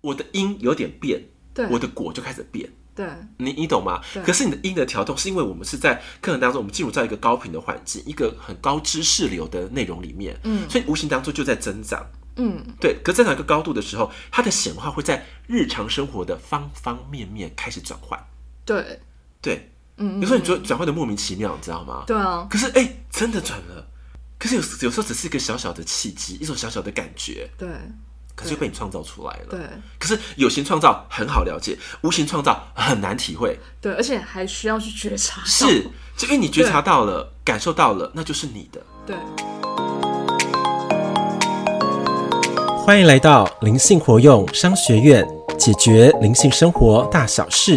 我的因有点变，对我的果就开始变。对你你懂吗对？可是你的音的调动，是因为我们是在课程当中，我们进入到一个高频的环境，一个很高知识流的内容里面，嗯所以无形当中就在增长。嗯，对，可增长一个高度的时候，它的显化会在日常生活的方方面面开始转换。对，对，嗯有时候你觉得转换的莫名其妙，你知道吗？对啊，可是哎、真的转了。可是有有时候只是一个小小的契机，一种小小的感觉，对可是就被你创造出来了。对可是有形创造很好了解，无形创造很难体会。对，而且还需要去觉察到，是，就因为你觉察到了，感受到了，那就是你的。对，欢迎来到灵性活用商学院，解决灵性生活大小事，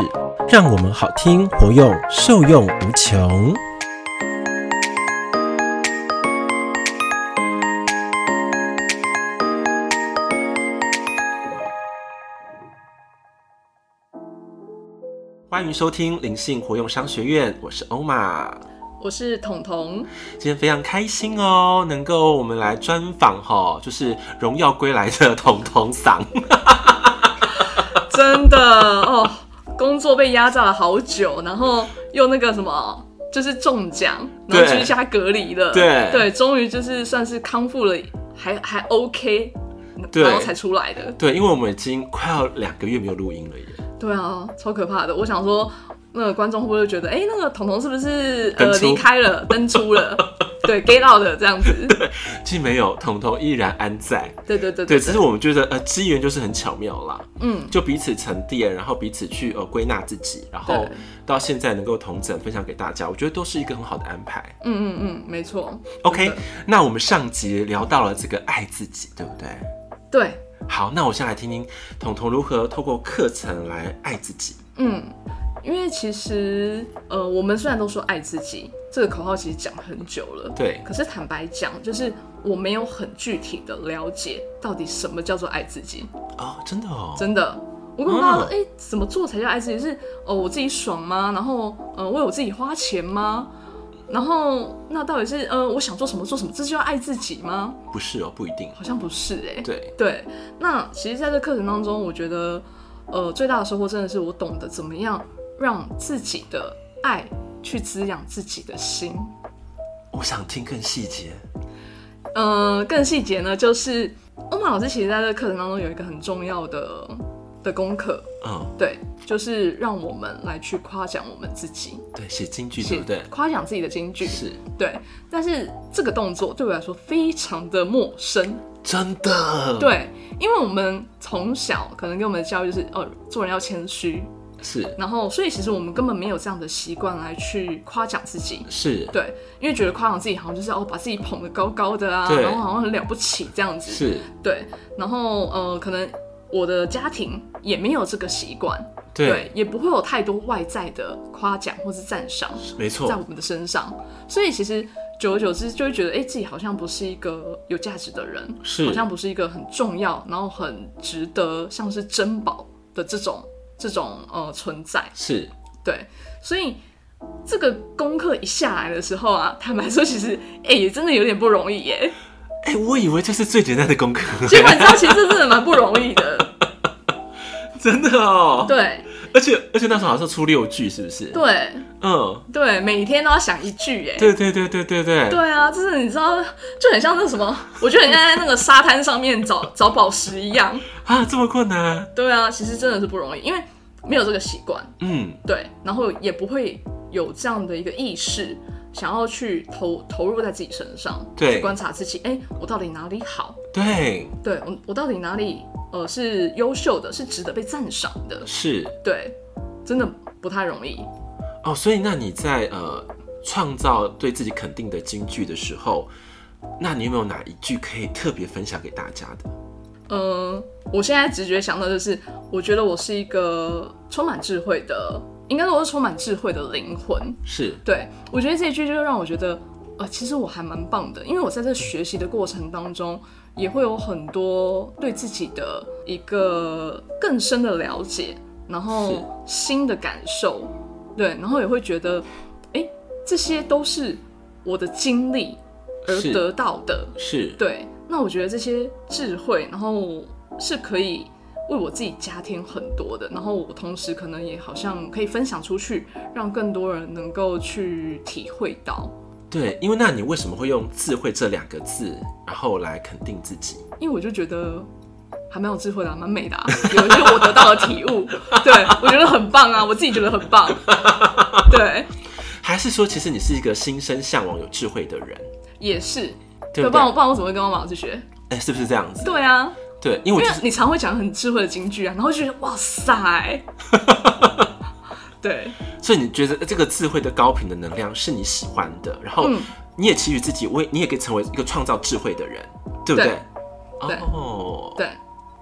让我们好听活用，受用无穷。欢迎收听灵性活用商学院，我是欧玛。我是彤彤，今天非常开心哦，能够我们来专访哈，就是荣耀归来的彤彤桑。 真的哦，工作被压榨了好久，然后又那个什么。就是中奖，然后对居家隔离了，对对，终于就是算是康复了，还还 OK，对然后才出来的，对，因为我们已经快要两个月没有录音了耶。对啊，超可怕的。我想说，那个观众会不会觉得，哎、那个彤彤是不是登呃出离开了，登出了，对，get out 了这样子，既没有，彤彤依然安在。对对对对，只是我们觉得呃，机缘就是很巧妙啦，嗯，就彼此沉淀，然后彼此去呃归纳自己，然后对到现在能够同整分享给大家，我觉得都是一个很好的安排。嗯嗯嗯，没错。 OK，真的那我们上集聊到了这个爱自己，对不对？对，好，那我先来听听彤彤如何透过课程来爱自己。嗯，因为其实呃，我们虽然都说爱自己这个口号，其实讲很久了，对可是坦白讲，就是我没有很具体的了解到底什么叫做爱自己，哦，真的哦，真的。我根本不知道，嗯哎、怎么做才叫爱自己？是哦，我自己爽吗？然后，呃，为我自己花钱吗？然后，那到底是呃，我想做什么做什么，这就叫爱自己吗？不是哦，不一定。好像不是哎、对，对，那其实在这课程当中，我觉得，呃，最大的收获真的是我懂得怎么样让自己的爱去滋养自己的心。我想听更细节。呃，更细节呢，就是欧玛老师其实在这个课程当中有一个很重要的的功课，嗯，对，就是让我们来去夸奖我们自己，对，写京剧对不对？夸奖自己的金句，是，对。但是这个动作对我来说非常的陌生，真的。，对，因为我们从小可能给我们的教育就是，哦，做人要谦虚，是然后所以其实我们根本没有这样的习惯来去夸奖自己，是对，因为觉得夸奖自己好像就是哦把自己捧得高高的啊，对然后好像很了不起这样子，是，对，然后呃可能我的家庭也没有这个习惯，对，也不会有太多外在的夸奖或是赞赏没错在，我们的身上，所以其实久而久之就会觉得，哎、自己好像不是一个有价值的人，是好像不是一个很重要，然后很值得像是珍宝的这种这种呃存在，是对，所以。这个功课一下来的时候啊，坦白说，其实哎、也真的有点不容易耶。哎、我以为这是最简单的功课，结果你知道，其实这真的蛮不容易的。 真的哦。对而且而且那时候好像出六句，是不是？，对嗯，对，每天都要想一句耶。对对对对对对，对啊，就是你知道，就很像那什么，我觉得很像在那个沙滩上面找找宝石一样。啊，这么困难，对啊，其实真的是不容易，因为没有这个习惯，嗯，对，然后也不会有这样的一个意识，想要去投投入在自己身上，对去观察自己，哎、我到底哪里好？对，对我，我到底哪里呃是优秀的，是值得被赞赏的？是对，真的不太容易。哦。所以那你在呃创造对自己肯定的金句的时候，那你有没有哪一句可以特别分享给大家的？嗯，我现在直觉想到就是，我觉得我是一个充满智慧的，应该说我是充满智慧的灵魂。是对我觉得这一句就让我觉得，呃，其实我还蛮棒的，因为我在这学习的过程当中，也会有很多对自己的一个更深的了解，然后是新的感受，对，然后也会觉得，哎，这些都是我的经历而是得到的，是，对，那我觉得这些智慧，然后是可以为我自己加添很多的。然后我同时可能也好像可以分享出去，让更多人能够去体会到。对，因为那你为什么会用智慧这两个字，然后来肯定自己？因为我就觉得还蛮有智慧的、啊，蛮美的、啊，有就是我得到了体悟，对我觉得很棒啊，我自己觉得很棒，对，还是说，其实你是一个心生向往、有智慧的人？也是，对不不对然？我不然我怎么会跟我老师学？哎、是不是这样子？对啊，对，因为因我为就是你常会讲很智慧的金句啊，然后就觉得哇塞，对，所以你觉得这个智慧的高频的能量是你喜欢的，然后嗯你也期许自己，我也你也可以成为一个创造智慧的人，对不对？对哦，对。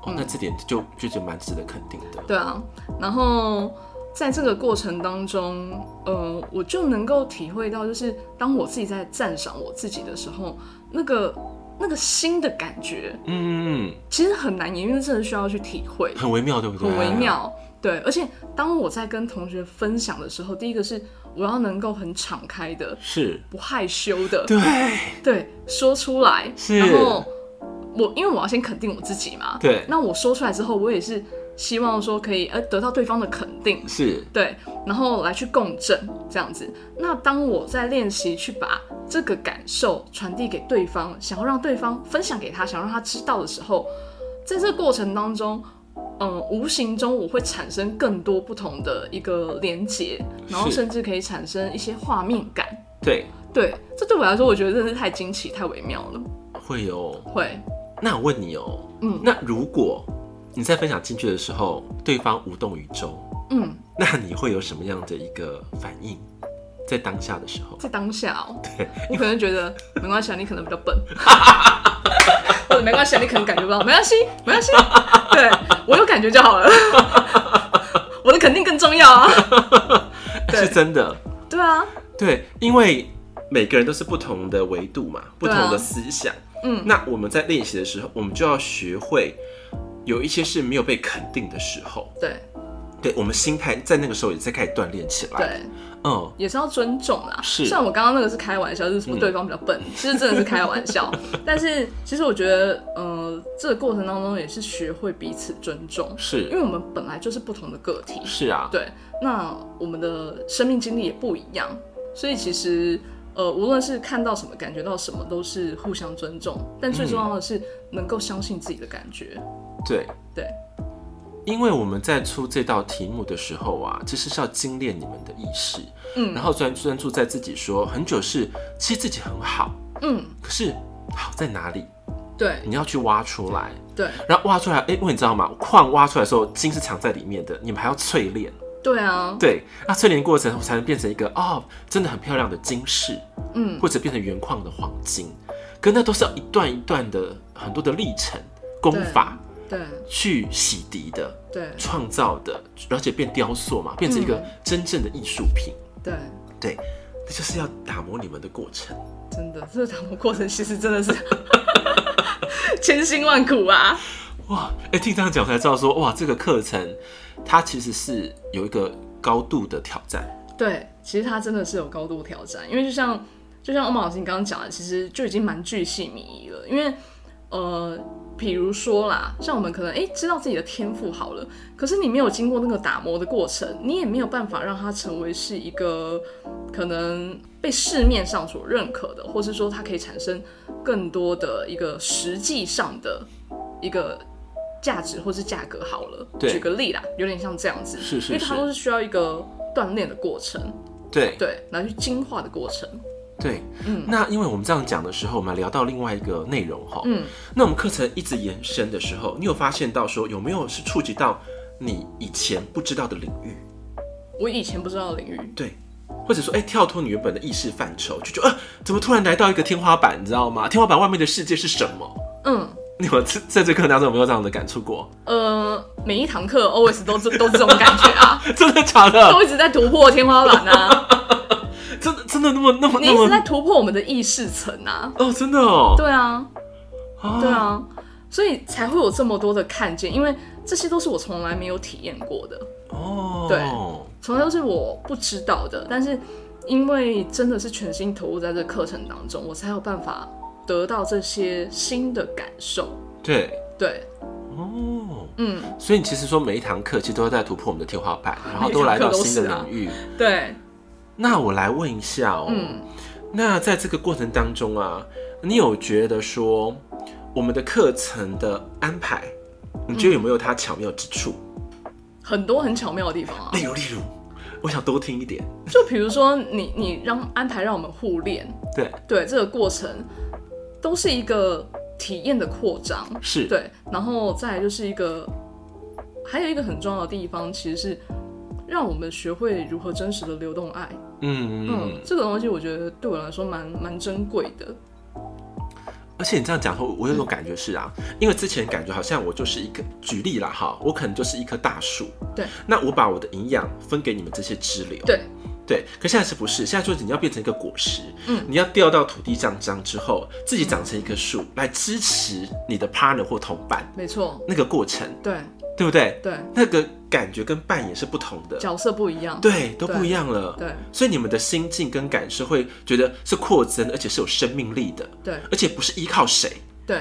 哦，那这点就就觉得蛮值得肯定的。对啊，然后在这个过程当中，呃，我就能够体会到，就是当我自己在赞赏我自己的时候，那个那个心的感觉，嗯，嗯其实很难言，因为真的需要去体会嗯，很微妙，对不对？很微。妙。对，而且当我在跟同学分享的时候，第一个是我要能够很敞开的、是，不害羞的，对，对，说出来，是然后我因为我要先肯定我自己嘛，对那我说出来之后，我也是希望说可以呃得到对方的肯定，是，对，然后来去共振这样子。那当我在练习去把这个感受传递给对方，想要让对方分享给他，想让他知道的时候，在这个过程当中。嗯，无形中我会产生更多不同的一个连接，然后是甚至可以产生一些画面感。对，对，这对我来说，我觉得真的是太惊奇、太微妙了。会有。会，那我问你哦，嗯那如果你在分享进去的时候，对方无动于衷，嗯，那你会有什么样的一个反应？在当下的时候，在当下哦，对，我可能觉得没关系啊，你可能比较 笨，或者没关系啊，你可能感觉不到，没关系，没关系，对我有感觉就 好了，我的肯定更重要啊。对是真的，对啊，对，因为每个人都是不同的维度嘛，不对同啊的思想。嗯，那我们在练习的时候，我们就要学会有一些是没有被肯定的时候，对对我们心态在那个时候也在开始锻炼起来。，对，嗯，也是要尊重啦。是虽然我刚刚那个是开玩笑，就是什么嗯对方比较 笨，其实真的是开玩笑。但是其实我觉得，呃，这个过程当中也是学会彼此尊重，因是为我们本来就是不同的个体，是啊，对，那我们的生命经历也不一样，所以其实呃，无论是看到什么、感觉到什么，都是互相尊重。但最重要的是能够相信自己的感觉。对对，因为我们在出这道题目的时候啊，其实是要精炼你们的意识，嗯然后专专注在自己说，很久是其实自己很好，嗯，可是好在哪里？对你要去挖出来，对然后挖出来，哎、因为你知道吗？矿挖出来的时候，金是藏在里面的，你们还要淬炼。对啊，对，那淬炼过程才能变成一个哦，真的很漂亮的金饰，嗯或者变成原矿的黄金。可那都是要一段一段的很多的历程、功法对去洗涤的、对创造的，而且变雕塑嘛，变成一个嗯真正的艺术品。对，对，那就是要打磨你们的过程。真的，这个打磨过程其实真的是 千辛万苦啊。哇，哎、听这样讲才知道说，哇，这个课程它其实是有一个高度的挑战。对，其实它真的是有高度挑战，因为就像就像欧玛老师你刚刚讲的，其实就已经蛮巨细靡遗了。因为呃，比如说啦，像我们可能哎、诶知道自己的天赋好了，可是你没有经过那个打磨的过程，你也没有办法让它成为是一个可能被市面上所认可的，或是说它可以产生更多的一个实际上的一个。价值或是价格好了，对举个例啦，有点像这样子，是是因为它是都是需要一个锻炼的过程，对对，拿去精化的过程。对，嗯那因为我们这样讲的时候，我们聊到另外一个内容哈，嗯，那我们课程一直延伸的时候，你有发现到说有没有是触及到你以前不知道的领域？我以前不知道的领域，对，或者说哎、跳脱你原本的意识范畴，就觉得呃怎么突然来到一个天花板，你知道吗？天花板外面的世界是什么？嗯，你们在在这课当中有没有这样的感触过？ 呃，每一堂课 always 都是都 是这种感觉啊，真的假的？都一直在突破天花板 啊，真的真的那么那么你那一直在么突破我们的意识层啊，哦，真的哦，对啊，啊对啊，所以才会有这么多的看见，因为这些都是我从来没有体验过的，哦，对从来都是我不知道的，但是因为真的是全心投入在这个课程当中，我才有办法得到这些新的感受，对对，哦，嗯，所以其实说每一堂课其实都在突破我们的天花 板，然后每一都堂来到课都新的是啊领域。对，那我来问一下哦、嗯那在这个过程当中啊，你有觉得说我们的课程的安排，你觉得有没有它巧妙之处？很多很巧妙的地方啊。例如，例如，我想多听一点。就比如说你你让安排让我们互练，对，对这个过程都是一个体验的扩张，是，对，然后再来就是一个，还有一个很重要的地方其实是。让我们学会如何真实的流动爱，嗯嗯嗯嗯，。这个东西我觉得对我来说蛮蛮珍贵的，而且你这样讲后，我有种感觉是啊，因为之前感觉好像我就是一棵，举例啦哈，我可能就是一棵大树。对，那我把我的营养分给你们这些支流。对，对，可现在是不是？现在就是你要变成一个果实，嗯你要掉到土地上张之后，自己长成一棵树，来支持你的 partner 或同伴没错，那个过程，对对不对？对，那个感觉跟扮演是不同的，角色不一样，对，都不一样了。对所以你们的心境跟感受会觉得是扩增，而且是有生命力的，对而且不是依靠谁，对，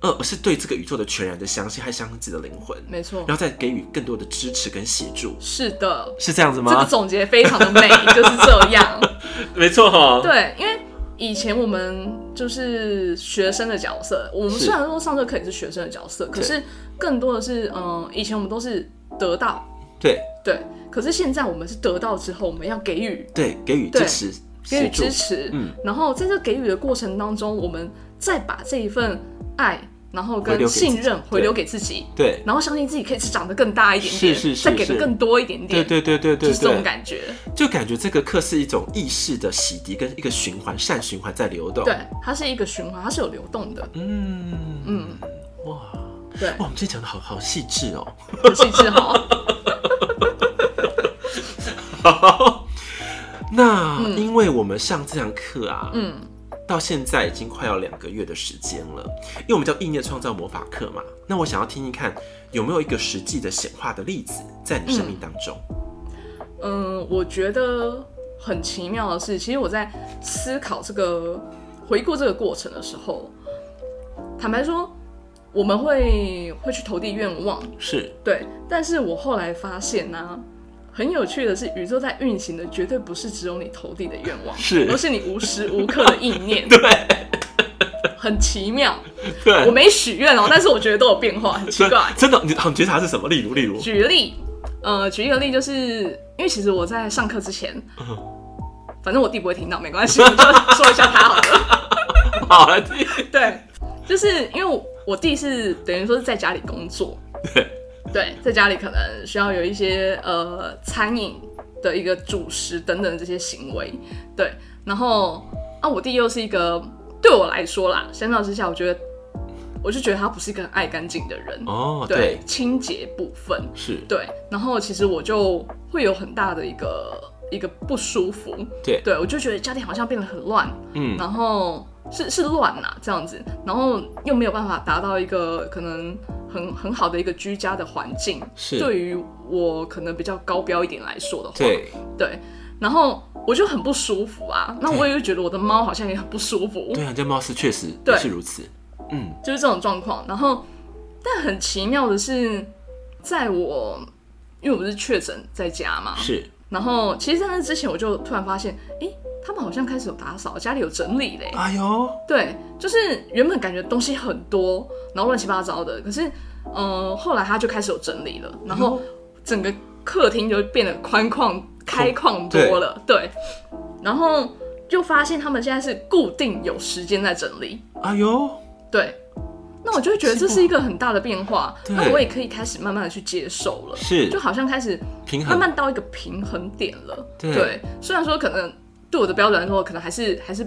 呃，而是对这个宇宙的全然的相信，还相信自己的灵魂，没错然，后再给予更多的支持跟协助，是的，是这样子这个吗？总结非常的美，就是这 样。没错哈、对，因为以前我们就是学生的角色，我们是虽然说上这课也是学生的角色，可是更多的是，嗯、以前我们都是得到，对对，可是现在我们是得到之后，我们要给予，对，给予支对持，给协予助支，持，嗯，然后在这给予的过程当中，我们再把这一份爱，然后回留跟给自己信任回对留给自己，对，然后相信自己可以长得更大一点是点，是是再给是的更多一点对点，对对对就对是这种对，感觉。就感觉这个课是一种意识的洗涤跟一个循环，善循环在流动。对，，它是一个循环，它是有流动的，嗯嗯，嗯，哇对哇，，我们今天讲的好好细致哦。很细致哈。那、嗯因为我们上这堂课啊， 嗯，到现在已经快要两个月的时间了，因为我们叫意念创造魔法课嘛。那我想要听听看，有没有一个实际的显化的例子在你生命当中？嗯，我觉得很奇妙的是，其实我在思考这个回顾这个过程的时候，坦白说，我们会会去投递愿望，是对。但是我后来发现呢、很有趣的是，宇宙在运行的绝对不是只有你投递的愿望，是而是你无时无刻的意念， 对很奇妙。我对，没许愿哦，但是我觉得都有变化，很奇真怪的。真的，你好，你觉察是什么？例如，例 如， 举例，呃，举一个例，就是因为其实我在上课之前，嗯反正我弟不会听到，没关系，我就说一下他好了。好来听，对，就是因为我我弟是等于说是在家里工作，对对，在家里可能需要有一些呃餐饮的一个主食等等这些行为，对，然后啊，我弟又是一个对我来说啦，相较之下，我觉得我就觉得他不是一个很爱干净的人，哦，对对，，清洁部分，是，对，然后其实我就会有很大的一个一个不舒服，对对我就觉得家里好像变得很乱，嗯，然后是是乱呐、这样子，然后又没有办法达到一个可能很很好的一个居家的环境，是，对于我可能比较高标一点来说的话，对，对然后我就很不舒服啊，那对我也就觉得我的猫好像也很不舒服，对啊，这貌似确实对也是如此。嗯， 就是这种状况。然后，但很奇妙的是，在我因为我不是确诊在家嘛，是，然后其实在那之前，我就突然发现，诶，他们好像开始有打扫，家里有整理嘞。哎呦，对，就是原本感觉东西很多，然后乱七八糟的，可是，呃，后来他就开始有整理了，然后整个客厅就变得宽旷、开旷多了。对，然后就发现他们现在是固定有时间在整理。哎呦，对，那我就会觉得这是一个很大的变化，对那我也可以开始慢慢的去接受了，是就好像开始平慢衡，慢到一个平衡点了。对虽然说可能对我的标准来说，可能还是还是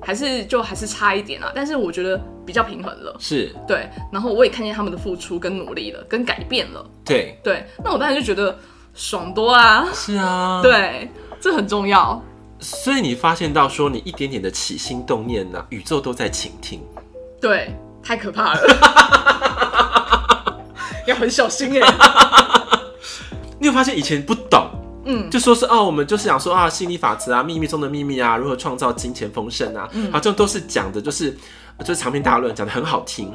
还是就还是差一点啊，但是我觉得比较平衡了。是，对，然后我也看见他们的付出跟努力了，跟改变了。对，对，那我当然就觉得爽多啦、是啊，。对，这很重要。所以你发现到说，你一点点的起心动念呢、宇宙都在倾听。对，太可怕了， 要很小心哎、你有发现以前不懂，嗯，就说是哦，我们就是想说啊，吸引力法则啊，秘密中的秘密啊，如何呃嗯创造金钱丰盛啊，好像都是讲的，就是就是长篇大论，讲的很好听。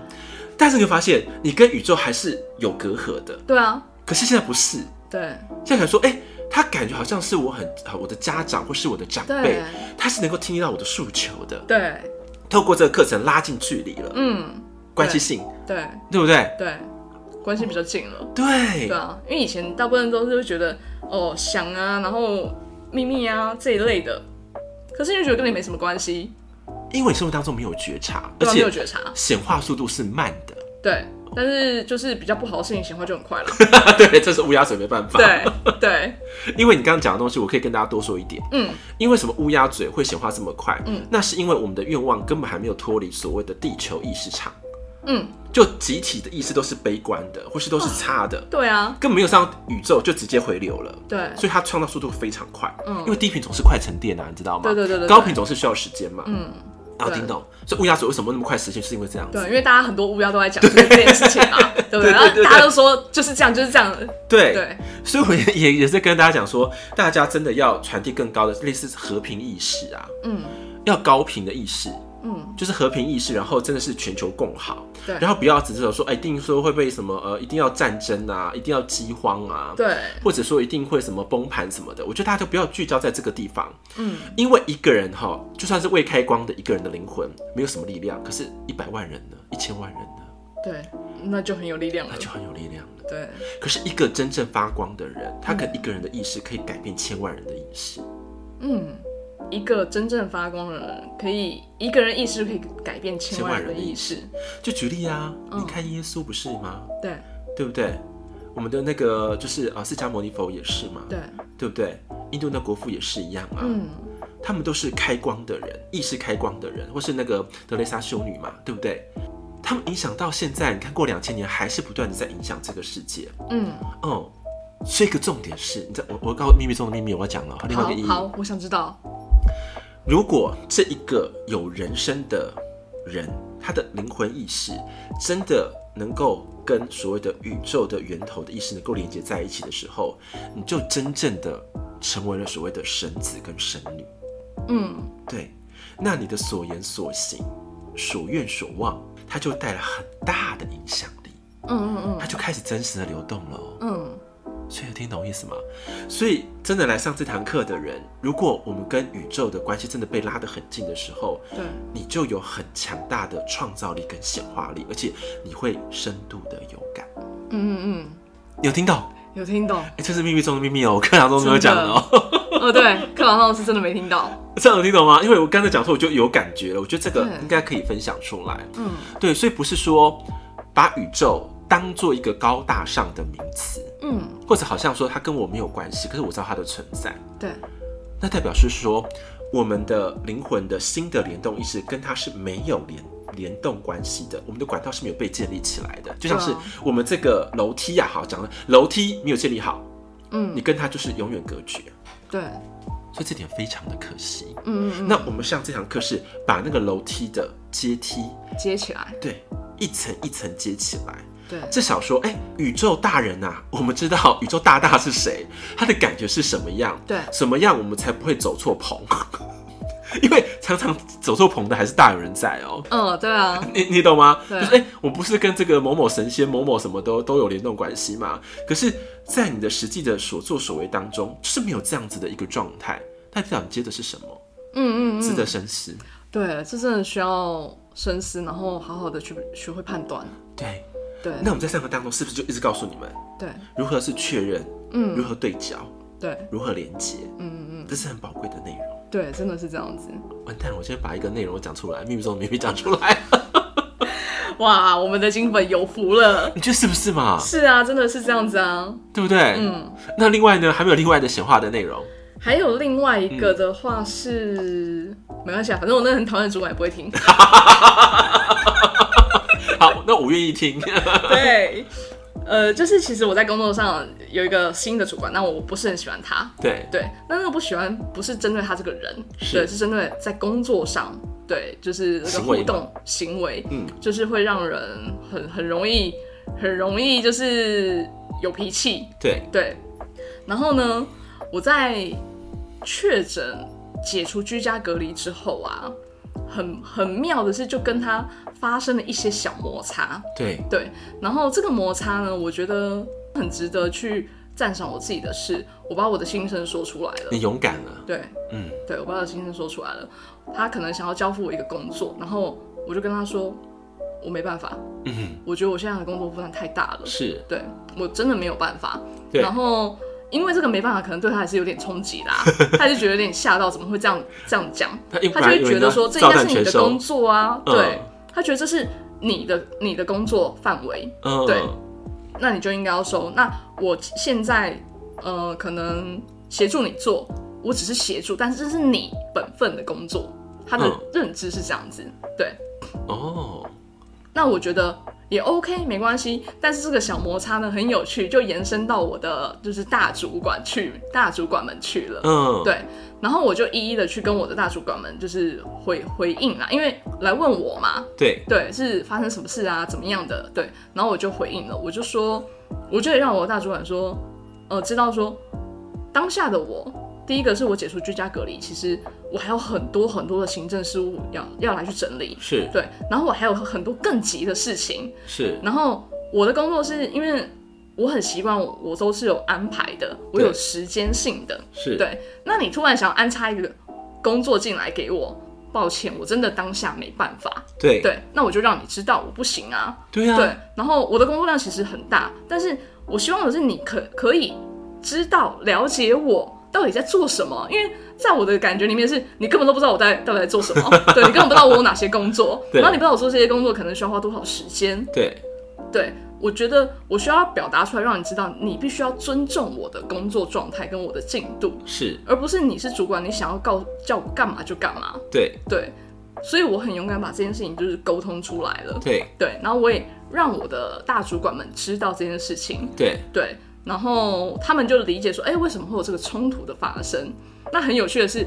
但是你会发现，你跟宇宙还是有隔阂的。对啊，可是现在不是，对现在想说，哎、他感觉好像是我很啊我的家长或是我的长辈对，他是能够听到我的诉求的，对，透过这个课程拉近距离了，嗯，关系性，对对不对？对，关系比较近了。对，对啊，因为以前大部分都是会觉得哦想啊，然后秘密啊这一类的，可是又觉得跟你没什么关系，因为你生活当中没有觉察，而对啊，没有且觉察，显化速度是慢的。 对。但是就是比较不好的事情，显化就很快了。对，这是乌鸦嘴，没办法。，对对，因为你刚刚讲的东西，我可以跟大家多说一点。嗯，因为什么乌鸦嘴会显化这么快？嗯那是因为我们的愿望根本还没有脱离所谓的地球意识场，嗯，就集体的意识都是悲观的，或是都是差的，对啊，根本没有上宇宙就直接回流了。对所以它创造速度非常快，嗯因为低频总是快沉淀啊，你知道吗？对对对对对高频总是需要时间嘛，嗯，然后对听懂，所以乌鸦嘴为什么那么快实现，是因为这样子对，， 因为大家很多乌鸦都在讲这件事情嘛，对不对对？对然后对大家都说就是这样，就是这样，对对所以我也也也是跟大家讲说，大家真的要传递更高的类似和平意识啊，嗯要高频的意识，嗯，就是和平意识，然后真的是全球共好，对然后不要只是说，哎，一定说会被什么呃，一定要战争啊，一定要饥荒啊，，对，或者说一定会什么崩盘什么的，我觉得大家就不要聚焦在这个地方，嗯，因为一个人哈，就算是未开光的一个人的灵魂，没有什么力量，可是一百万人呢，一千万人呢，对，那就很有力量了那，就很有力量了。对，可是一个真正发光的人，他可能一个人的意识可以改变千万人的意识。嗯，一个真正发光的人，可以一个人意识就可以改变千万人的意识。就举例啊，嗯你看耶稣不是吗？对对不对？我们的那个就是啊，释迦牟尼佛也是嘛，对，对不对？印度的国父也是一样啊，嗯，他们都是开光的人，意识开光的人，或是那个德蕾莎修女嘛，对不对？他们影响到现在，你看过两千年，还是不断的在影响这个世界。嗯，嗯，所以一个重点是，你知道我我告诉秘密中的秘密，我要讲了另外一好个意义。好，我想知道。如果这一个有人生的人，他的灵魂意识真的能够跟所谓的宇宙的源头的意识能够连接在一起的时候，你就真正的成为了所谓的神子跟神女。嗯，对，那你的所言所行、所愿所望，它就带来很大的影响力，嗯嗯嗯它就开始真实的流动了哦。嗯，所以有听懂意思吗？所以真的来上这堂课的人，如果我们跟宇宙的关系真的被拉得很近的时候，对，你就有很强大的创造力跟显化力，而且你会深度的有感。嗯嗯你有听懂？嗯，有听懂。哎、这是秘密中的秘密哦，我课堂中没有讲的哦。哦，对，课堂上是真的没听到。 这样有听懂吗？因为我刚才讲说我就有感觉了，我觉得这个对应该可以分享出来。嗯对，所以不是说把宇宙当做一个高大上的名词，嗯，或者好像说它跟我没有关系，可是我知道它的存在。对，那代表是说，我们的灵魂的新的联动意识跟它是没有联联动关系的，我们的管道是没有被建立起来的，就像是对啊我们这个楼梯呀、好讲了，楼梯没有建立好，嗯你跟它就是永远隔绝，对，所以这点非常的可惜。嗯嗯那我们上这堂课是把那个楼梯的阶梯，嗯，接起来。对，一层一层接起来。对，至少说，哎、宇宙大人呐、我们知道宇宙大大是谁，他的感觉是什么样，对什么样我们才不会走错棚， 因为常常走错棚的还是大有人在哦、嗯对啊，你你懂吗？就对是哎、我不是跟这个某某神仙、某某什么都都有联动关系嘛？可是，在你的实际的所作所为当中，是没有这样子的一个状态。那不知道你接的是什么，嗯嗯值嗯，得深思。对，这真的需要深思，然后好好的去学会判断。对，对那我们在上课当中是不是就一直告诉你们对，如何是确认，如嗯何对焦，对，如何连接？嗯嗯这是很宝贵的内容。嗯，对，真的是这样子。完蛋了，我今天把一个内容讲出来，秘密中的秘密讲出来， 哇，我们的金粉有福了。你觉得是不是嘛？是啊，真的是这样子啊。对不对？嗯，那另外呢，还没有另外的显化的内容，还有另外一个的话是，没关系啊，反正我那个很讨厌的主管也不会听。好，那我愿意听。 对，呃，就是其实我在工作上有一个新的主管，那我不是很喜欢他。对，对，那那个不喜欢不是针对他这个人，是对，是针对在工作上，对，就是这个行为互动行为，嗯，就是会让人很很容易，很容易就是有脾气，对，对，然后呢，我在确诊解除居家隔离之后啊，很很妙的是，就跟他发生了一些小摩擦。对，对，然后这个摩擦呢，我觉得很值得去赞赏我自己的是，我把我的心声说出来了。你勇敢了，对，嗯，对，我把我的心声说出来了。他可能想要交付我一个工作，然后我就跟他说，我没办法，嗯，我觉得我现在的工作负担太大了，是对我真的没有办法。对然后因为这个没办法，可能对他还是有点冲击啦， 他就觉得有点吓到，怎么会这样这样讲？他一他本就来会以为觉得呢说这应照该单是你全的收工，作啊，嗯对，他觉得这是你的你的工作范围，嗯，对那你就应该要收。那我现在呃，可能协助你做，我只是协助，但是这是你本分的工作。他的嗯认知是这样子，对。哦，那我觉得也 OK，没关系。但是这个小摩擦呢，很有趣，就延伸到我的就是大主管去，大主管们去了。嗯，，对，然后我就一一的去跟我的大主管们就是回回应啦，因为来问我嘛，对，对，是发生什么事啊，怎么样的？对，然后我就回应了，我就说，我就也让我的大主管说，呃，知道说当下的我，第一个是我解除居家隔离，其实我还有很多很多的行政事务要要来去整理，是对，然后我还有很多更急的事情，是，然后我的工作是因为我很习惯我我都是有安排的，我有对时间性的，是，对，那你突然想安插一个工作进来给我，抱歉，我真的当下没办法。对，对，那我就让你知道我不行啊。对啊，对，然后我的工作量其实很大，但是我希望的是你可可以知道了解我到底在做什么，因为在我的感觉里面是你根本都不知道我在到底在 做什么，对你根本不知道我有哪些工作，对然后你不知道我做这些工作可能需要花多少时间。对，对我觉得我需要表达出来，让你知道你必须要尊重我的工作状态跟我的进度，是，而不是你是主管，你想要告叫我干嘛就干嘛。对，对，所以我很勇敢把这件事情就是沟通出来了。对，对，然后我也让我的大主管们知道这件事情，对，对，然后他们就理解说，哎、为什么会有这个冲突的发生？那很有趣的是，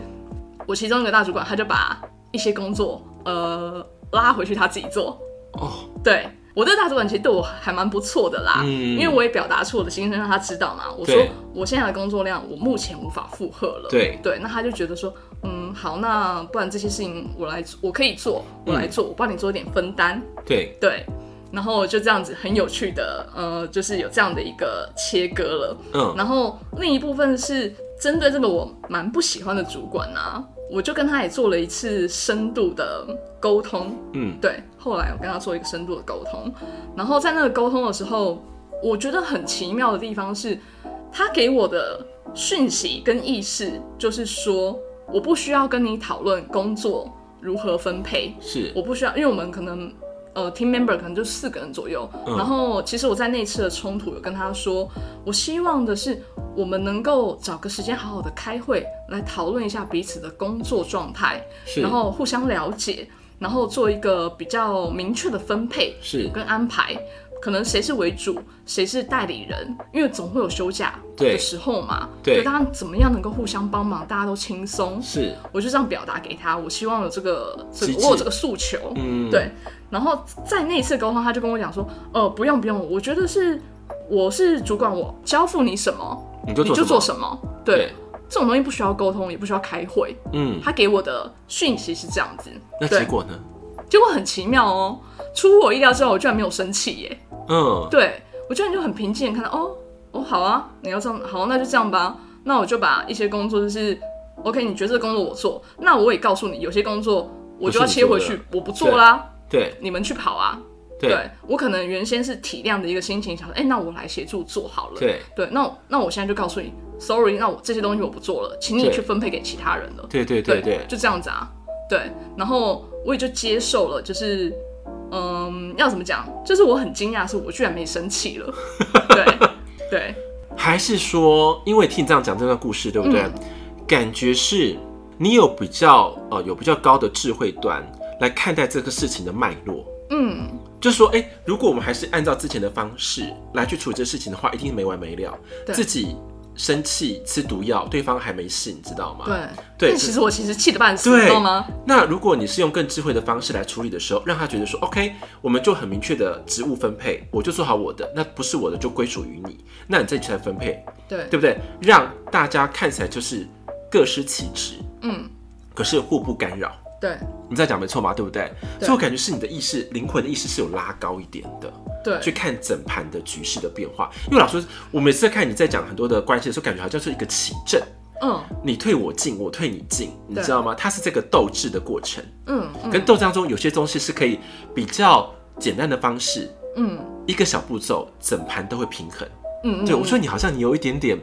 我其中一个大主管他就把一些工作呃拉回去他自己做，哦，对。我这个大主管其实对我还蛮不错的啦，嗯啊因为我也表达出我的心声，让他知道嘛。我说对我现在的工作量，我目前无法负荷了。对对，那他就觉得说，嗯，好，那不然这些事情我来，我可以做，我来做，我帮你做一点分担。对，对，然后就这样子很有趣的，呃，就是有这样的一个切割了。嗯，然后另一部分是针对这个我蛮不喜欢的主管啊，我就跟他也做了一次深度的沟通。嗯，对，后来我跟他做一个深度的沟通，然后在那个沟通的时候，我觉得很奇妙的地方是，他给我的讯息跟意识就是说，我不需要跟你讨论工作如何分配，是，我不需要，因为我们可能呃 team member 可能就四个人左右。嗯然后其实我在那次的冲突有跟他说，我希望的是我们能够找个时间好好的开会，来讨论一下彼此的工作状态，是，然后互相了解，然后做一个比较明确的分配是，跟安排。可能谁是为主，谁是代理人，因为总会有休假对的时候嘛。对就大家怎么样能够互相帮忙，大家都轻松。是，我就这样表达给他，我希望有这个，这机个制我有这个诉求，嗯，对。然后在那一次沟通，他就跟我讲说，呃，不用不用，我觉得是我是主管，我交付你什么你就你就做么，什么，对。对，这种东西不需要沟通，也不需要开会。嗯，他给我的讯息是这样子，那对结果呢？结果很奇妙哦，出乎我意料之外，我居然没有生气耶。嗯，对我居然就很平静地看到，哦哦，好啊，你要这样，好，那就这样吧。那我就把一些工作就是，OK，你觉得这个工作我做，那我也告诉你，有些工作我就要不是切你做回的去，我不做啦，对，你们去跑啊。对，我可能原先是体谅的一个心情，想说，哎、那我来协助做好了。对，对，那我那我现在就告诉你，sorry，那我这些东西我不做了，请你对去分配给其他人了。对，对，对，对，就这样子啊。对，然后我也就接受了，就是嗯，要怎么讲？就是我很惊讶，是我居然没生气 了。对对还是说，因为听你这样讲这段故事，对不对？感觉是你有比较呃有比较高的智慧端来看待这个事情的脉络。嗯，就是说，哎、如果我们还是按照之前的方式来去处理这事情的话，一定没完没了。对自己生气吃毒药，对方还没事，你知道吗？对。对但其实我其实气得半死，对你知道吗？那如果你是用更智慧的方式来处理的时候，让他觉得说，OK，我们就很明确的职务分配，我就做好我的，那不是我的就归属于你，那你自己去来分配，对对不对？让大家看起来就是各司其职，嗯，可是互不干扰。对你这样讲没错嘛，对不对？对所以我感觉是你的意识、灵魂的意识是有拉高一点的，对去看整盘的局势的变化。因为老师，我每次在看你在讲很多的关系的时候，感觉好像是一个棋阵，嗯你退我进，我退你进，你对知道吗？它是这个斗智的过程，嗯跟斗争当中有些东西是可以比较简单的方式，嗯一个小步骤，整盘都会平衡。嗯，对，我说你你好像你有一点点，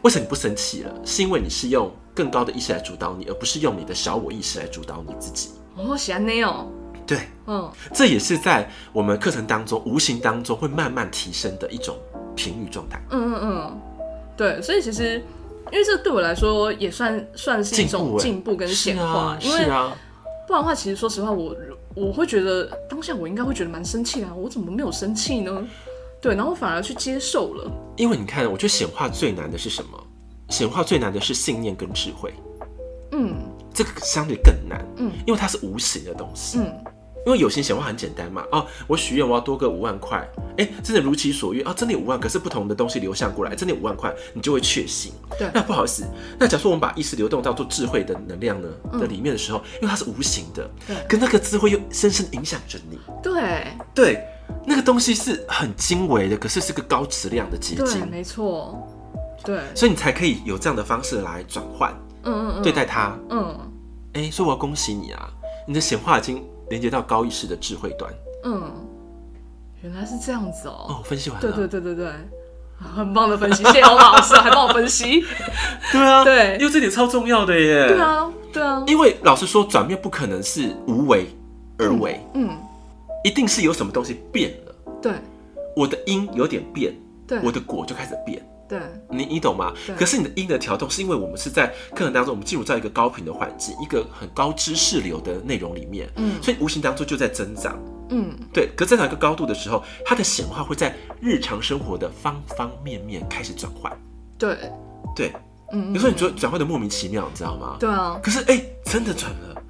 为什么你不生气了？是因为你是用更高的意识来主导你，而不是用你的小我意识来主导你自己。哦喜欢那样，对，嗯这也是在我们课程当中无形当中会慢慢提升的一种频率状态，嗯嗯嗯，对，所以其实因为这对我来说也算算是进一步种欸进步跟是显化啊，，因为是啊，不然的话，其实说实话，我我会觉得当下我应该会觉得蛮生气的、啊，我怎么没有生气呢？对，然后反而去接受了。因为你看，我觉得显化最难的是什么？显化最难的是信念跟智慧，嗯这个相对更难，嗯因为它是无形的东西。嗯，因为有形显化很简单嘛，哦，我许愿我要多个五万块，哎、真的如其所愿啊、真的有五万，可是不同的东西流向过来，真的有五万块，你就会确信。对那不好意思，那假如说我们把意识流动到做智慧的能量呢嗯的里面的时候，因为它是无形的，对跟那个智慧又深深影响着你，对对，那个东西是很精微的，可是是个高质量的结对，晶，没错，对，所以你才可以有这样的方式来转换嗯嗯嗯，对待它。嗯哎、所以我要恭喜你啊，你的显化已经连接到高意识的智慧端。嗯，原来是这样子哦。哦，我分析完了，对对对对对，很棒的分析，谢谢欧老师还帮我分析。 对啊，对因为这点超重要的耶。对，啊，对啊，因为老实说，转变不可能是无为而为，嗯，一定是有什么东西变了。对我的因有点变，对，我的果就开始变。对你你懂吗对？可是你的因的调动，是因为我们是在课程当中，我们进入到一个高频的环境，一个很高知识流的内容里面，嗯所以无形当中就在增长。嗯对，可增长一个高度的时候，它的显化会在日常生活的方方面面开始转换。对，对，嗯，有时候你觉得转换的莫名其妙，你知道吗？对啊，可是哎、真的转了。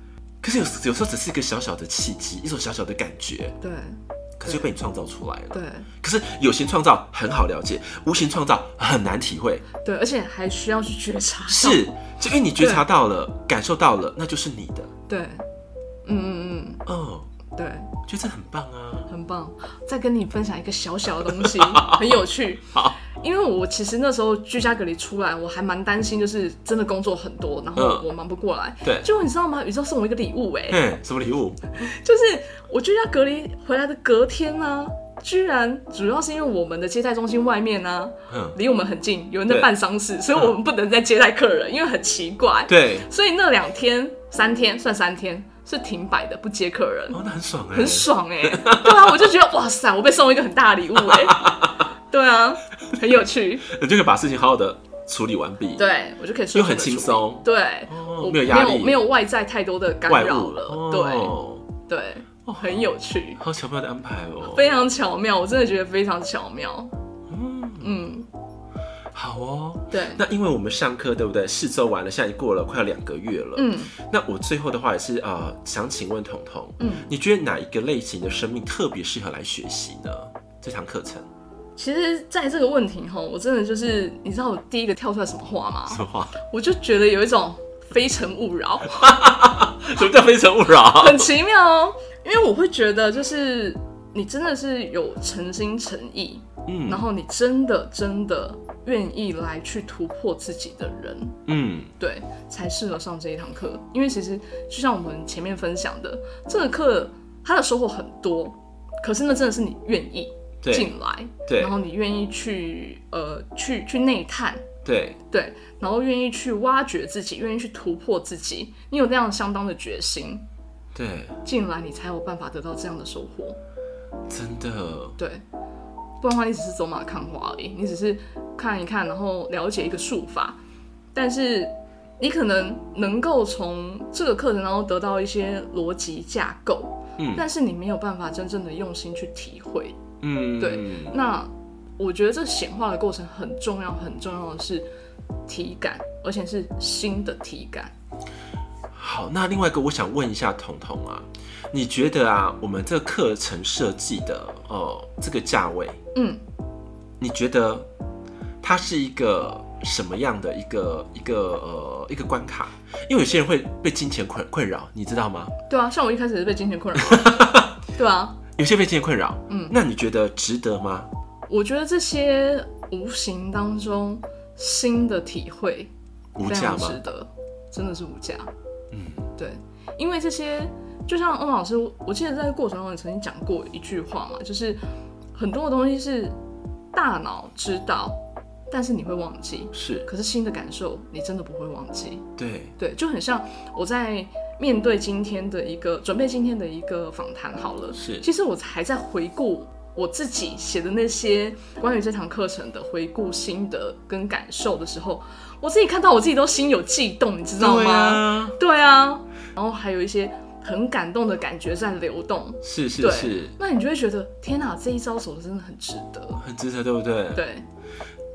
可是有有时候只是一个小小的契机，一种小小的感觉，对可是就被你创造出来了。对可是有形创造很好了解，无形创造很难体会。对，而且还需要去觉察到，是，就因为你觉察到了，感受到了，那就是你的。对，嗯嗯哦，嗯，对，我觉得这很棒啊。很棒。再跟你分享一个小小的东西，很有趣。 好，因为我其实那时候居家隔离出来，我还蛮担心，就是真的工作很多，然后嗯我忙不过来。对结果你知道吗？宇宙送我一个礼物、哎，嗯，什么礼物？就是我居家隔离回来的隔天呢、居然主要是因为我们的接待中心外面呢、嗯，离我们很近，有人在对嗯办丧事，所以我们不能再接待客人，因为很奇怪。对，所以那两天、三天算三天是停摆的，不接客人，哦，那很爽哎、很。爽哎、对啊，我就觉得哇塞，我被送一个很大的礼物 哎、对啊，很有趣。你就可以把事情好好的处理完毕，，对我就可以说又很轻，松，对，哦我没有压没有力没有外在太多的干外扰物了，哦、对对，很有趣，好巧妙的安排哦。非常巧妙，我真的觉得非常巧妙。嗯，嗯，好哦。对，那因为我们上课对不对？四周完了，现在已经过了快要两个月了。，嗯那我最后的话也是呃，想请问彤彤，嗯，你觉得哪一个类型的生命特别适合来学习呢？这堂课程其实在这个问题哈，我真的就是，你知道我第一个跳出来什么话吗？嗯什么话？ 我就觉得有一种非诚勿扰，什么叫非诚勿扰？很奇妙哦，因为我会觉得就是你真的是有诚心诚意，嗯然后你真的真的愿意来去突破自己的人，嗯，对，才适合上这一堂课。因为其实就像我们前面分享的，这个课它的收获很多，可是那真的是你愿意对进来，对然后你愿意去呃去去内探，对，对，然后愿意去挖掘自己，愿意去突破自己，你有那样相当的决心对，进来，你才有办法得到这样的收获。真的，对，不然的话你只是走马看花而已，你只是看一看，然后了解一个术法，但是你可能能够从这个课程当中得到一些逻辑架构，嗯但是你没有办法真正的用心去体会。嗯，对，那我觉得这显化的过程很重要，很重要的是体感，而且是新的体感。好，那另外一个我想问一下彤彤啊，你觉得啊，我们这个课程设计的哦呃这个价位，嗯，你觉得它是一个什么样的一个一个呃一个关卡？因为有些人会被金钱困困扰，你知道吗？对啊，像我一开始也是被金钱 困扰啊，对啊，有些被金钱困扰，嗯那你觉得值得吗？我觉得这些无形当中新的体会无非价常吗值？得，真的是无价。嗯，对，因为这些就像翁老师，我记得在过程中也曾经讲过一句话嘛，就是很多的东西是大脑知道，但是你会忘记，是可是新的感受你真的不会忘记。对，对，就很像我在面对今天的一个准备今天的一个访谈好了，是其实我还在回顾我自己写的那些关于这堂课程的回顾心得跟感受的时候，我自己看到我自己都心有悸动，你知道对吗？啊，对啊，然后还有一些很感动的感觉在流动，是是对是，那你就会觉得天哪，这一招手真的很值得。很值得，对不对？对，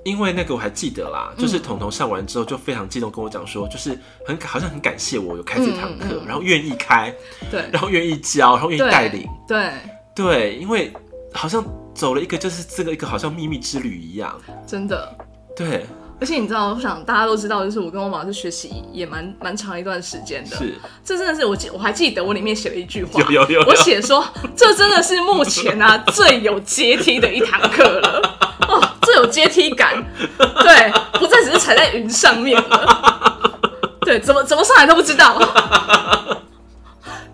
因为那个我还记得啦，就是嗯彤彤上完之后就非常激动跟我讲说，就是很好像很感谢我有开这堂课嗯，嗯嗯然后愿意开，对，然后愿意教，然后愿意对带领，对，对，因为好像走了一个就是这个一个好像秘密之旅一样，真的。对，而且你知道，我想大家都知道，就是我跟我老师学习也蛮蛮长一段时间的。是这真的是我记，我还记得我里面写了一句话，有有有 有我写说这真的是目前啊最有阶梯的一堂课了，哦，最有阶梯感，对，不再只是踩在云上面了，对，怎么怎么上来都不知道，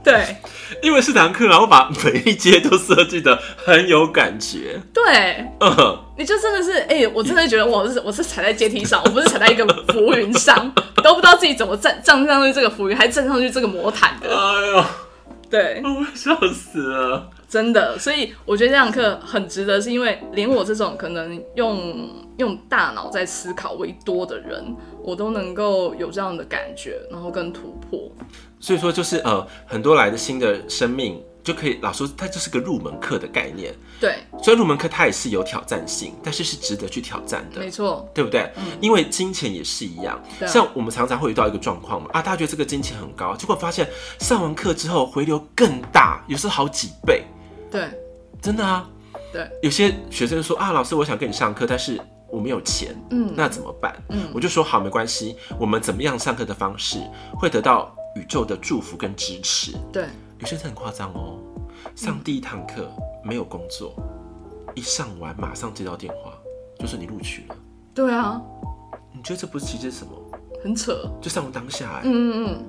对因为是堂课，然后把每一阶都设计的很有感觉，对，嗯，你就真的是，哎、我真的觉得我是我是踩在阶梯上，我不是踩在一个浮云上，都不知道自己怎么站站上去这个浮云，还站上去这个魔毯的。哎呦，对，我笑死了，真的，所以我觉得这堂课很值得，是因为连我这种可能用用大脑在思考为多的人，我都能够有这样的感觉，然后跟突破。所以说就是呃，很多来的新的生命就可以，老师它就是个入门课的概念，对，所以入门课它也是有挑战性，但是是值得去挑战的没。错，对不对？因为金钱也是一样，嗯对啊像我们常常会遇到一个状况嘛，啊，大家觉得这个金钱很高，结果发现上完课之后回流更大，有时候好几倍，对真的啊。对，有些学生说啊，老师，我想跟你上课，但是我没有钱，嗯那怎么办？嗯我就说好，没关系，我们怎么样上课的方式会得到宇宙的祝福跟支持。对，有些人很夸张哦，上第一堂课没有工作，一上完马上接到电话，就说你录取了。对啊，你觉得这不是其实是什么？很扯。就上完当下、哎、嗯嗯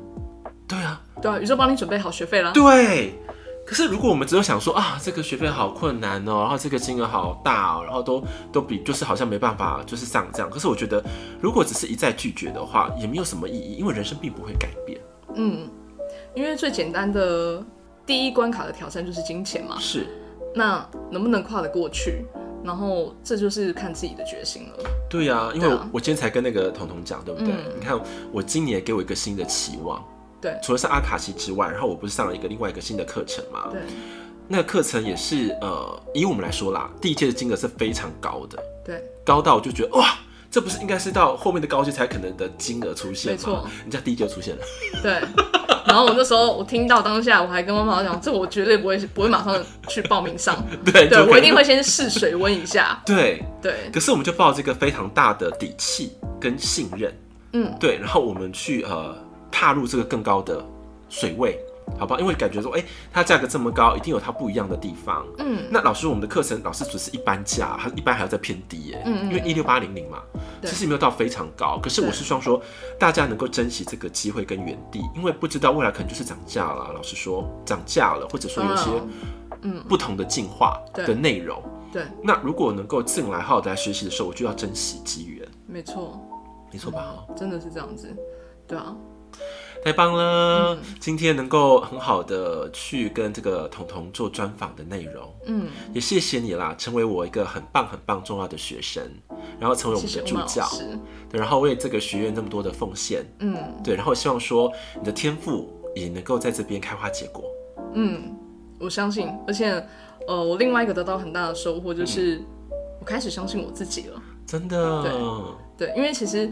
对啊，嗯，对啊，宇宙帮你准备好学费啦。对。啊可是如果我们只有想说啊，这个学费好困难哦，然后这个金额好大哦，然后都都比就是好像没办法就是上这样。可是我觉得，如果只是一再拒绝的话，也没有什么意义，因为人生并不会改变。嗯，因为最简单的第一关卡的挑战就是金钱嘛，是，那能不能跨得过去？然后这就是看自己的决心了。对嗯呀、因为对我啊我今天才跟那个彤彤讲，对不对？你看我今年给我一个新的期望，对除了上阿卡西之外，然后我不是上了一个另外一个新的课程嘛？对，那个课程也是呃，以我们来说啦，第一届的金额是非常高的，对高到我就觉得哇，这不是应该是到后面的高阶才可能的金额出现没吗错？人家第一阶就出 现了，对。然后我那时候我听到当下，我还跟妈妈讲，这我绝对不会不会马上去报名上，对，哎就对可我一能定会先试水温一下。对。对可是我们就抱这个非常大的底气跟信任，嗯，对，然后我们去呃踏入这个更高的水位，好吧？因为感觉说，哎、它价格这么高，一定有它不一样的地方。嗯，那老师，我们的课程老师只是一般价，它一般还要再偏低耶，嗯嗯嗯因为一六八零零嘛，对其实没有到非常高。可是我是希望说，大家能够珍惜这个机会跟原地，因为不知道未来可能就是涨价了。老师说涨价了，或者说有一些嗯嗯不同的进化对的内容。对，那如果能够进来好好的来学习的时候，我就要珍惜机缘，没错，没错吧？哈。真的是这样子。对啊，太棒嗯了！今天能够很好的去跟这个彤彤做专访的内容，嗯，也谢谢你啦，成为我一个很棒很棒重要的学生，然后成为我谢们谢的我助们老教，师。对，然后为这个学院那么多的奉献，嗯对，然后希望说你的天赋也能够在这边开花结果，嗯，我相信，而且呃，我另外一个得到很大的收获就是，嗯我开始相信我自己了。真的，对对，因为其实，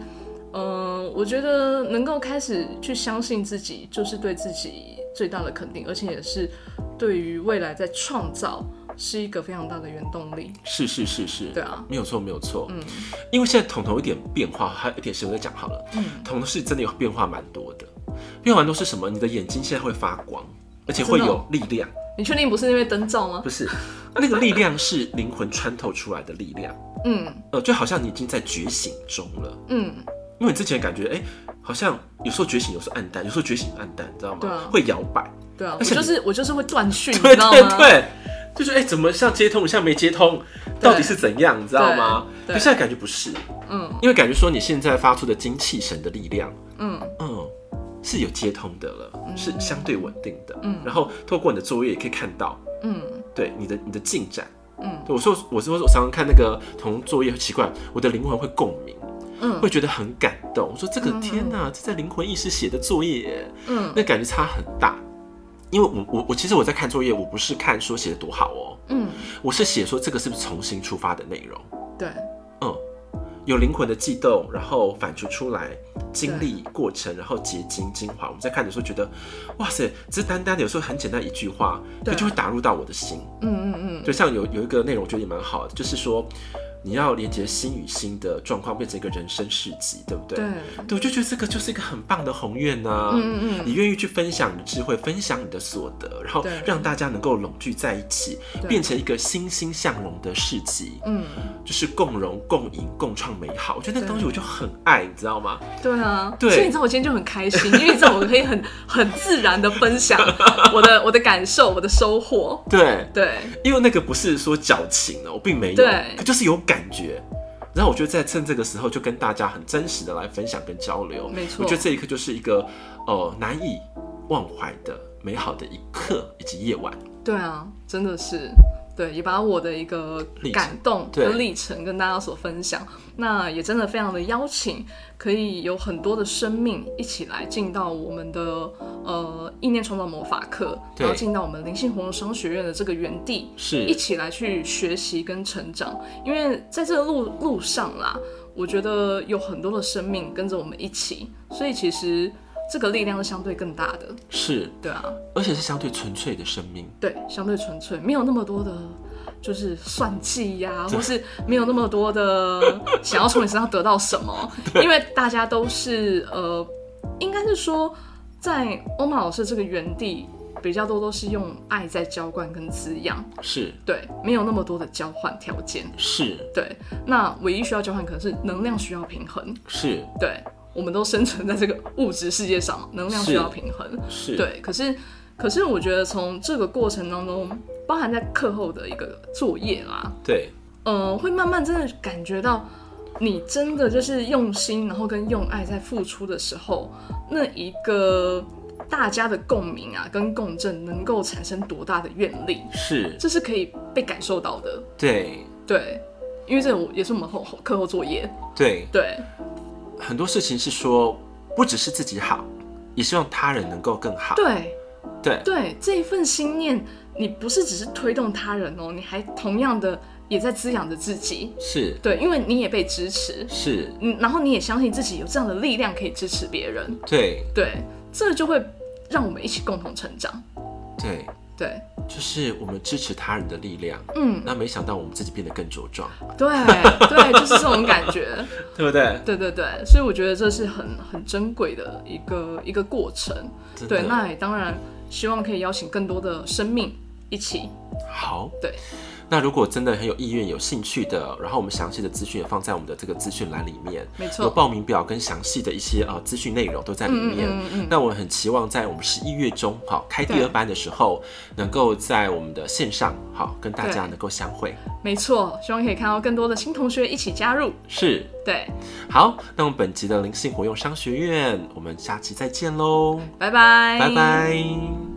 嗯、我觉得能够开始去相信自己，就是对自己最大的肯定，而且也是对于未来在创造是一个非常大的原动力。是是是是，对啊没有错没有错，嗯因为现在统头有点变化，还有一点时间再讲好了。嗯，统头是真的有变化蛮多的，变化蛮多是什么？你的眼睛现在会发光，而且会真的有哦力量，你确定不是因为灯罩吗不？是 那个力量是灵魂穿透出来的力量，嗯呃，就好像你已经在觉醒中了。嗯，因为你之前感觉，哎、好像有时候觉醒，有时候暗淡，有时候觉醒暗淡，你知道吗？对啊会摇摆，对啊，我而且就是我就是会断讯，你对知道对吗？对，就是哎、诶怎么像接通，像没接通，到底是怎样，你知道吗？可对现在感觉不是，嗯因为感觉说你现在发出的精气神的力量，嗯嗯，是有接通的了，是相对稳定的，嗯然后透过你的作业也可以看到，嗯对你的你的进展。嗯对我说，我是说，我常常看那个同作业，奇怪，我的灵魂会共鸣，嗯会觉得很感动。我说这个天哪，这在灵魂意识写的作业耶，嗯那感觉差很大。因为我我我其实我在看作业，我不是看说写的多好哦，嗯，我是写说这个是不是重新出发的内容，对嗯，有灵魂的悸动，然后反刍出来经历过程，然后结晶精华。我们在看的时候觉得，哇塞，这单单的有时候很简单一句话，可对就会打入到我的心。嗯嗯嗯就像有有一个内容，我觉得也蛮好的，就是说你要连接心与心的状况，变成一个人生事迹，对不对？对，对，我就觉得这个就是一个很棒的宏愿呐、嗯嗯你愿意去分享你的智慧，分享你的所得，然后对让大家能够拢聚在一起，对变成一个欣欣向荣的市集，嗯就是共荣、共赢、共创美好。我觉得那个对东西我就很爱，你知道吗？对啊，对所以你知道我今天就很开心，因为你知道我可以很很自然的分享我的我的感受，我的收获。对，对，因为那个不是说矫情啊的，我并没有，对可就是有感觉。然后我就在趁这个时候，就跟大家很真实的来分享跟交流。没错我觉得这一刻就是一个呃难以忘怀的美好的一刻以及夜晚。对啊，真的是，对，也把我的一个历程感动对跟历程跟大家所分享。那也真的非常的邀请，可以有很多的生命一起来进到我们的呃意念创造魔法课，对然后进到我们灵性活动商学院的这个园地，是一起来去学习跟成长。因为在这个路路上啦，我觉得有很多的生命跟着我们一起，所以其实这个力量是相对更大的，是，对啊。而且是相对纯粹的生命。对，相对纯粹，没有那么多的，就是算计呀、或是没有那么多的想要从你身上得到什么，因为大家都是呃，应该是说在欧玛老师这个园地比较多都是用爱在浇灌跟滋养，是对，没有那么多的交换条件，是对，那唯一需要交换可能是能量需要平衡，是对，我们都生存在这个物质世界上，能量需是要平衡，是，，对，可是可是我觉得从这个过程当中，包含在课后的一个作业啦，对，嗯、会慢慢真的感觉到，你真的就是用心，然后跟用爱在付出的时候，那一个大家的共鸣啊，跟共振能够产生多大的愿力，是，这是可以被感受到的，对对。因为这我也是我们后后课后作业，对，对很多事情是说不只是自己好，也希望他人能够更好。对对对，这一份心念，你不是只是推动他人哦，你还同样的也在滋养着自己，是对，因为你也被支持，是，嗯，然后你也相信自己有这样的力量可以支持别人，对对，这就会让我们一起共同成长，对，对，就是我们支持他人的力量。嗯，那没想到我们自己变得更茁壮，对对，就是这种感觉，对不对？对对对，所以我觉得这是很很珍贵的一个一个过程，真的对，那也当然希望可以邀请更多的生命一起，好。对，那如果真的很有意愿、有兴趣的，然后我们详细的资讯也放在我们的这个资讯栏里面，没错有报名表跟详细的一些呃资讯内容都在里面。嗯嗯嗯嗯那我很期望在我们十一月中好开第对二班的时候，能够在我们的线上好跟大家对能够相会。没错，希望可以看到更多的新同学一起加入，是，对，好，那我们本集的灵性活用商学院，我们下期再见喽，拜拜，拜拜